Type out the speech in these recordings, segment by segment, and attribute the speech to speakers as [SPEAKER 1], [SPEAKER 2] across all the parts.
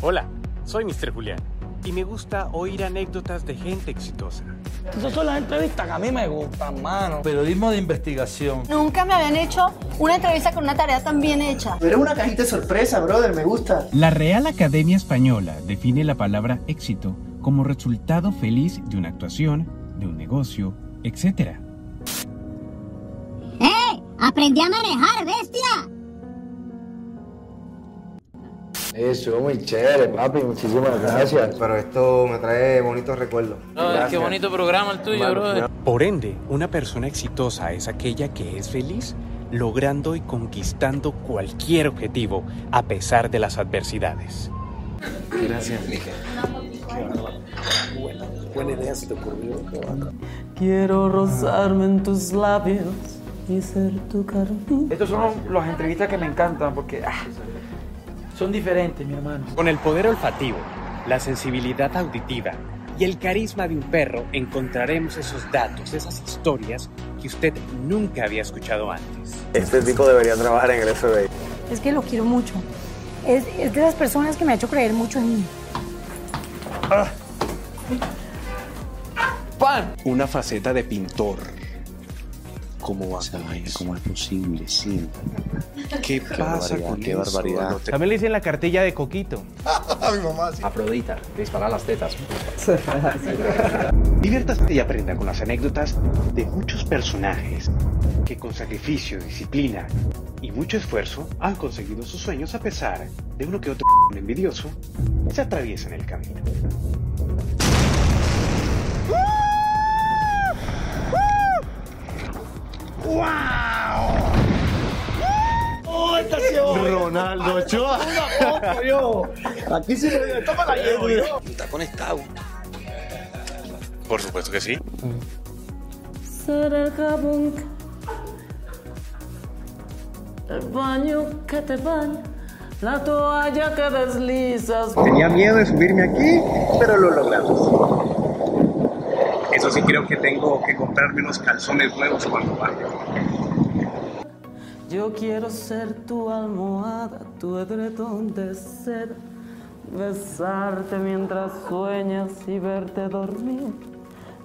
[SPEAKER 1] Hola, soy Mr. Julián y me gusta oír anécdotas de gente exitosa.
[SPEAKER 2] Esas son las entrevistas que a mí me gustan, mano.
[SPEAKER 3] Periodismo de investigación.
[SPEAKER 4] Nunca me habían hecho una entrevista con una tarea tan bien hecha.
[SPEAKER 5] Pero una cajita de sorpresa, brother, me gusta.
[SPEAKER 6] La Real Academia Española define la palabra éxito como resultado feliz de una actuación, de un negocio, etc.
[SPEAKER 7] ¡Eh! ¡Aprendí a manejar, bestia!
[SPEAKER 8] Eso, muy chévere, papi. Muchísimas gracias.
[SPEAKER 9] Pero esto me trae bonitos recuerdos.
[SPEAKER 10] No, es qué bonito programa el tuyo, bueno, brother.
[SPEAKER 1] Por ende, una persona exitosa es aquella que es feliz logrando y conquistando cualquier objetivo a pesar de las adversidades.
[SPEAKER 9] Gracias, Mija.
[SPEAKER 2] Buena, buena idea se te ocurrió.
[SPEAKER 11] Quiero rozarme en tus labios y ser tu carmín.
[SPEAKER 3] Estas son las entrevistas que me encantan porque ah, son diferentes, mi hermano.
[SPEAKER 1] Con el poder olfativo, la sensibilidad auditiva y el carisma de un perro encontraremos esos datos, esas historias que usted nunca había escuchado antes.
[SPEAKER 9] Este tipo debería trabajar en el FBI.
[SPEAKER 12] Es que lo quiero mucho. Es, es de las personas que me ha hecho creer mucho en mí. Ah.
[SPEAKER 1] ¡Pan! Una faceta de pintor.
[SPEAKER 8] ¿Cómo va?
[SPEAKER 13] ¿Cómo es posible? Sí.
[SPEAKER 1] ¿Qué, ¿Qué pasa con
[SPEAKER 13] Qué eso? barbaridad. No
[SPEAKER 14] te... También le dicen la cartilla de Coquito.
[SPEAKER 9] A mi mamá, sí.
[SPEAKER 13] Afrodita, dispara las tetas. Diviértase y aprenda con las anécdotas de muchos personajes que con sacrificio, disciplina y mucho esfuerzo han conseguido sus sueños a pesar de uno que otro envidioso se atraviesa en el camino.
[SPEAKER 9] ¡Wow! ¡Oh, esta sí
[SPEAKER 3] Ronaldo Ochoa.
[SPEAKER 9] Una foto, yo. Aquí se me dio. Toma la llevo, yo.
[SPEAKER 8] Está conectado.
[SPEAKER 13] Por supuesto que sí.
[SPEAKER 11] Será el jabón. El baño que te baña. La toalla que deslizas.
[SPEAKER 8] Tenía miedo de subirme aquí, pero lo logramos.
[SPEAKER 13] Eso sí creo que tengo que comprarme unos calzones nuevos cuando vaya.
[SPEAKER 11] Yo quiero ser tu almohada, tu edredón de seda, besarte mientras sueñas y verte dormir.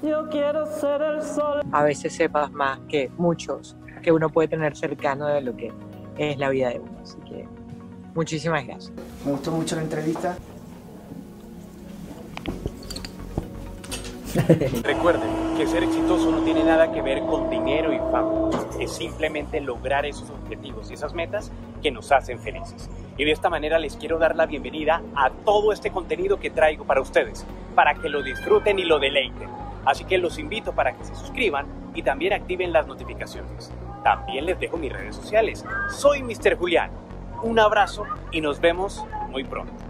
[SPEAKER 11] Yo quiero ser el sol.
[SPEAKER 15] A veces sepas más que muchos que uno puede tener cercano de lo que es la vida de uno. Así que muchísimas gracias.
[SPEAKER 5] Me gustó mucho la entrevista.
[SPEAKER 1] Recuerden que ser exitoso no tiene nada que ver con dinero y fama, es simplemente lograr esos objetivos y esas metas que nos hacen felices. Y de esta manera les quiero dar la bienvenida a todo este contenido que traigo para ustedes, para que lo disfruten y lo deleiten. Así que los invito para que se suscriban y también activen las notificaciones. También les dejo mis redes sociales. Soy Mr. Julián. Un abrazo y nos vemos muy pronto.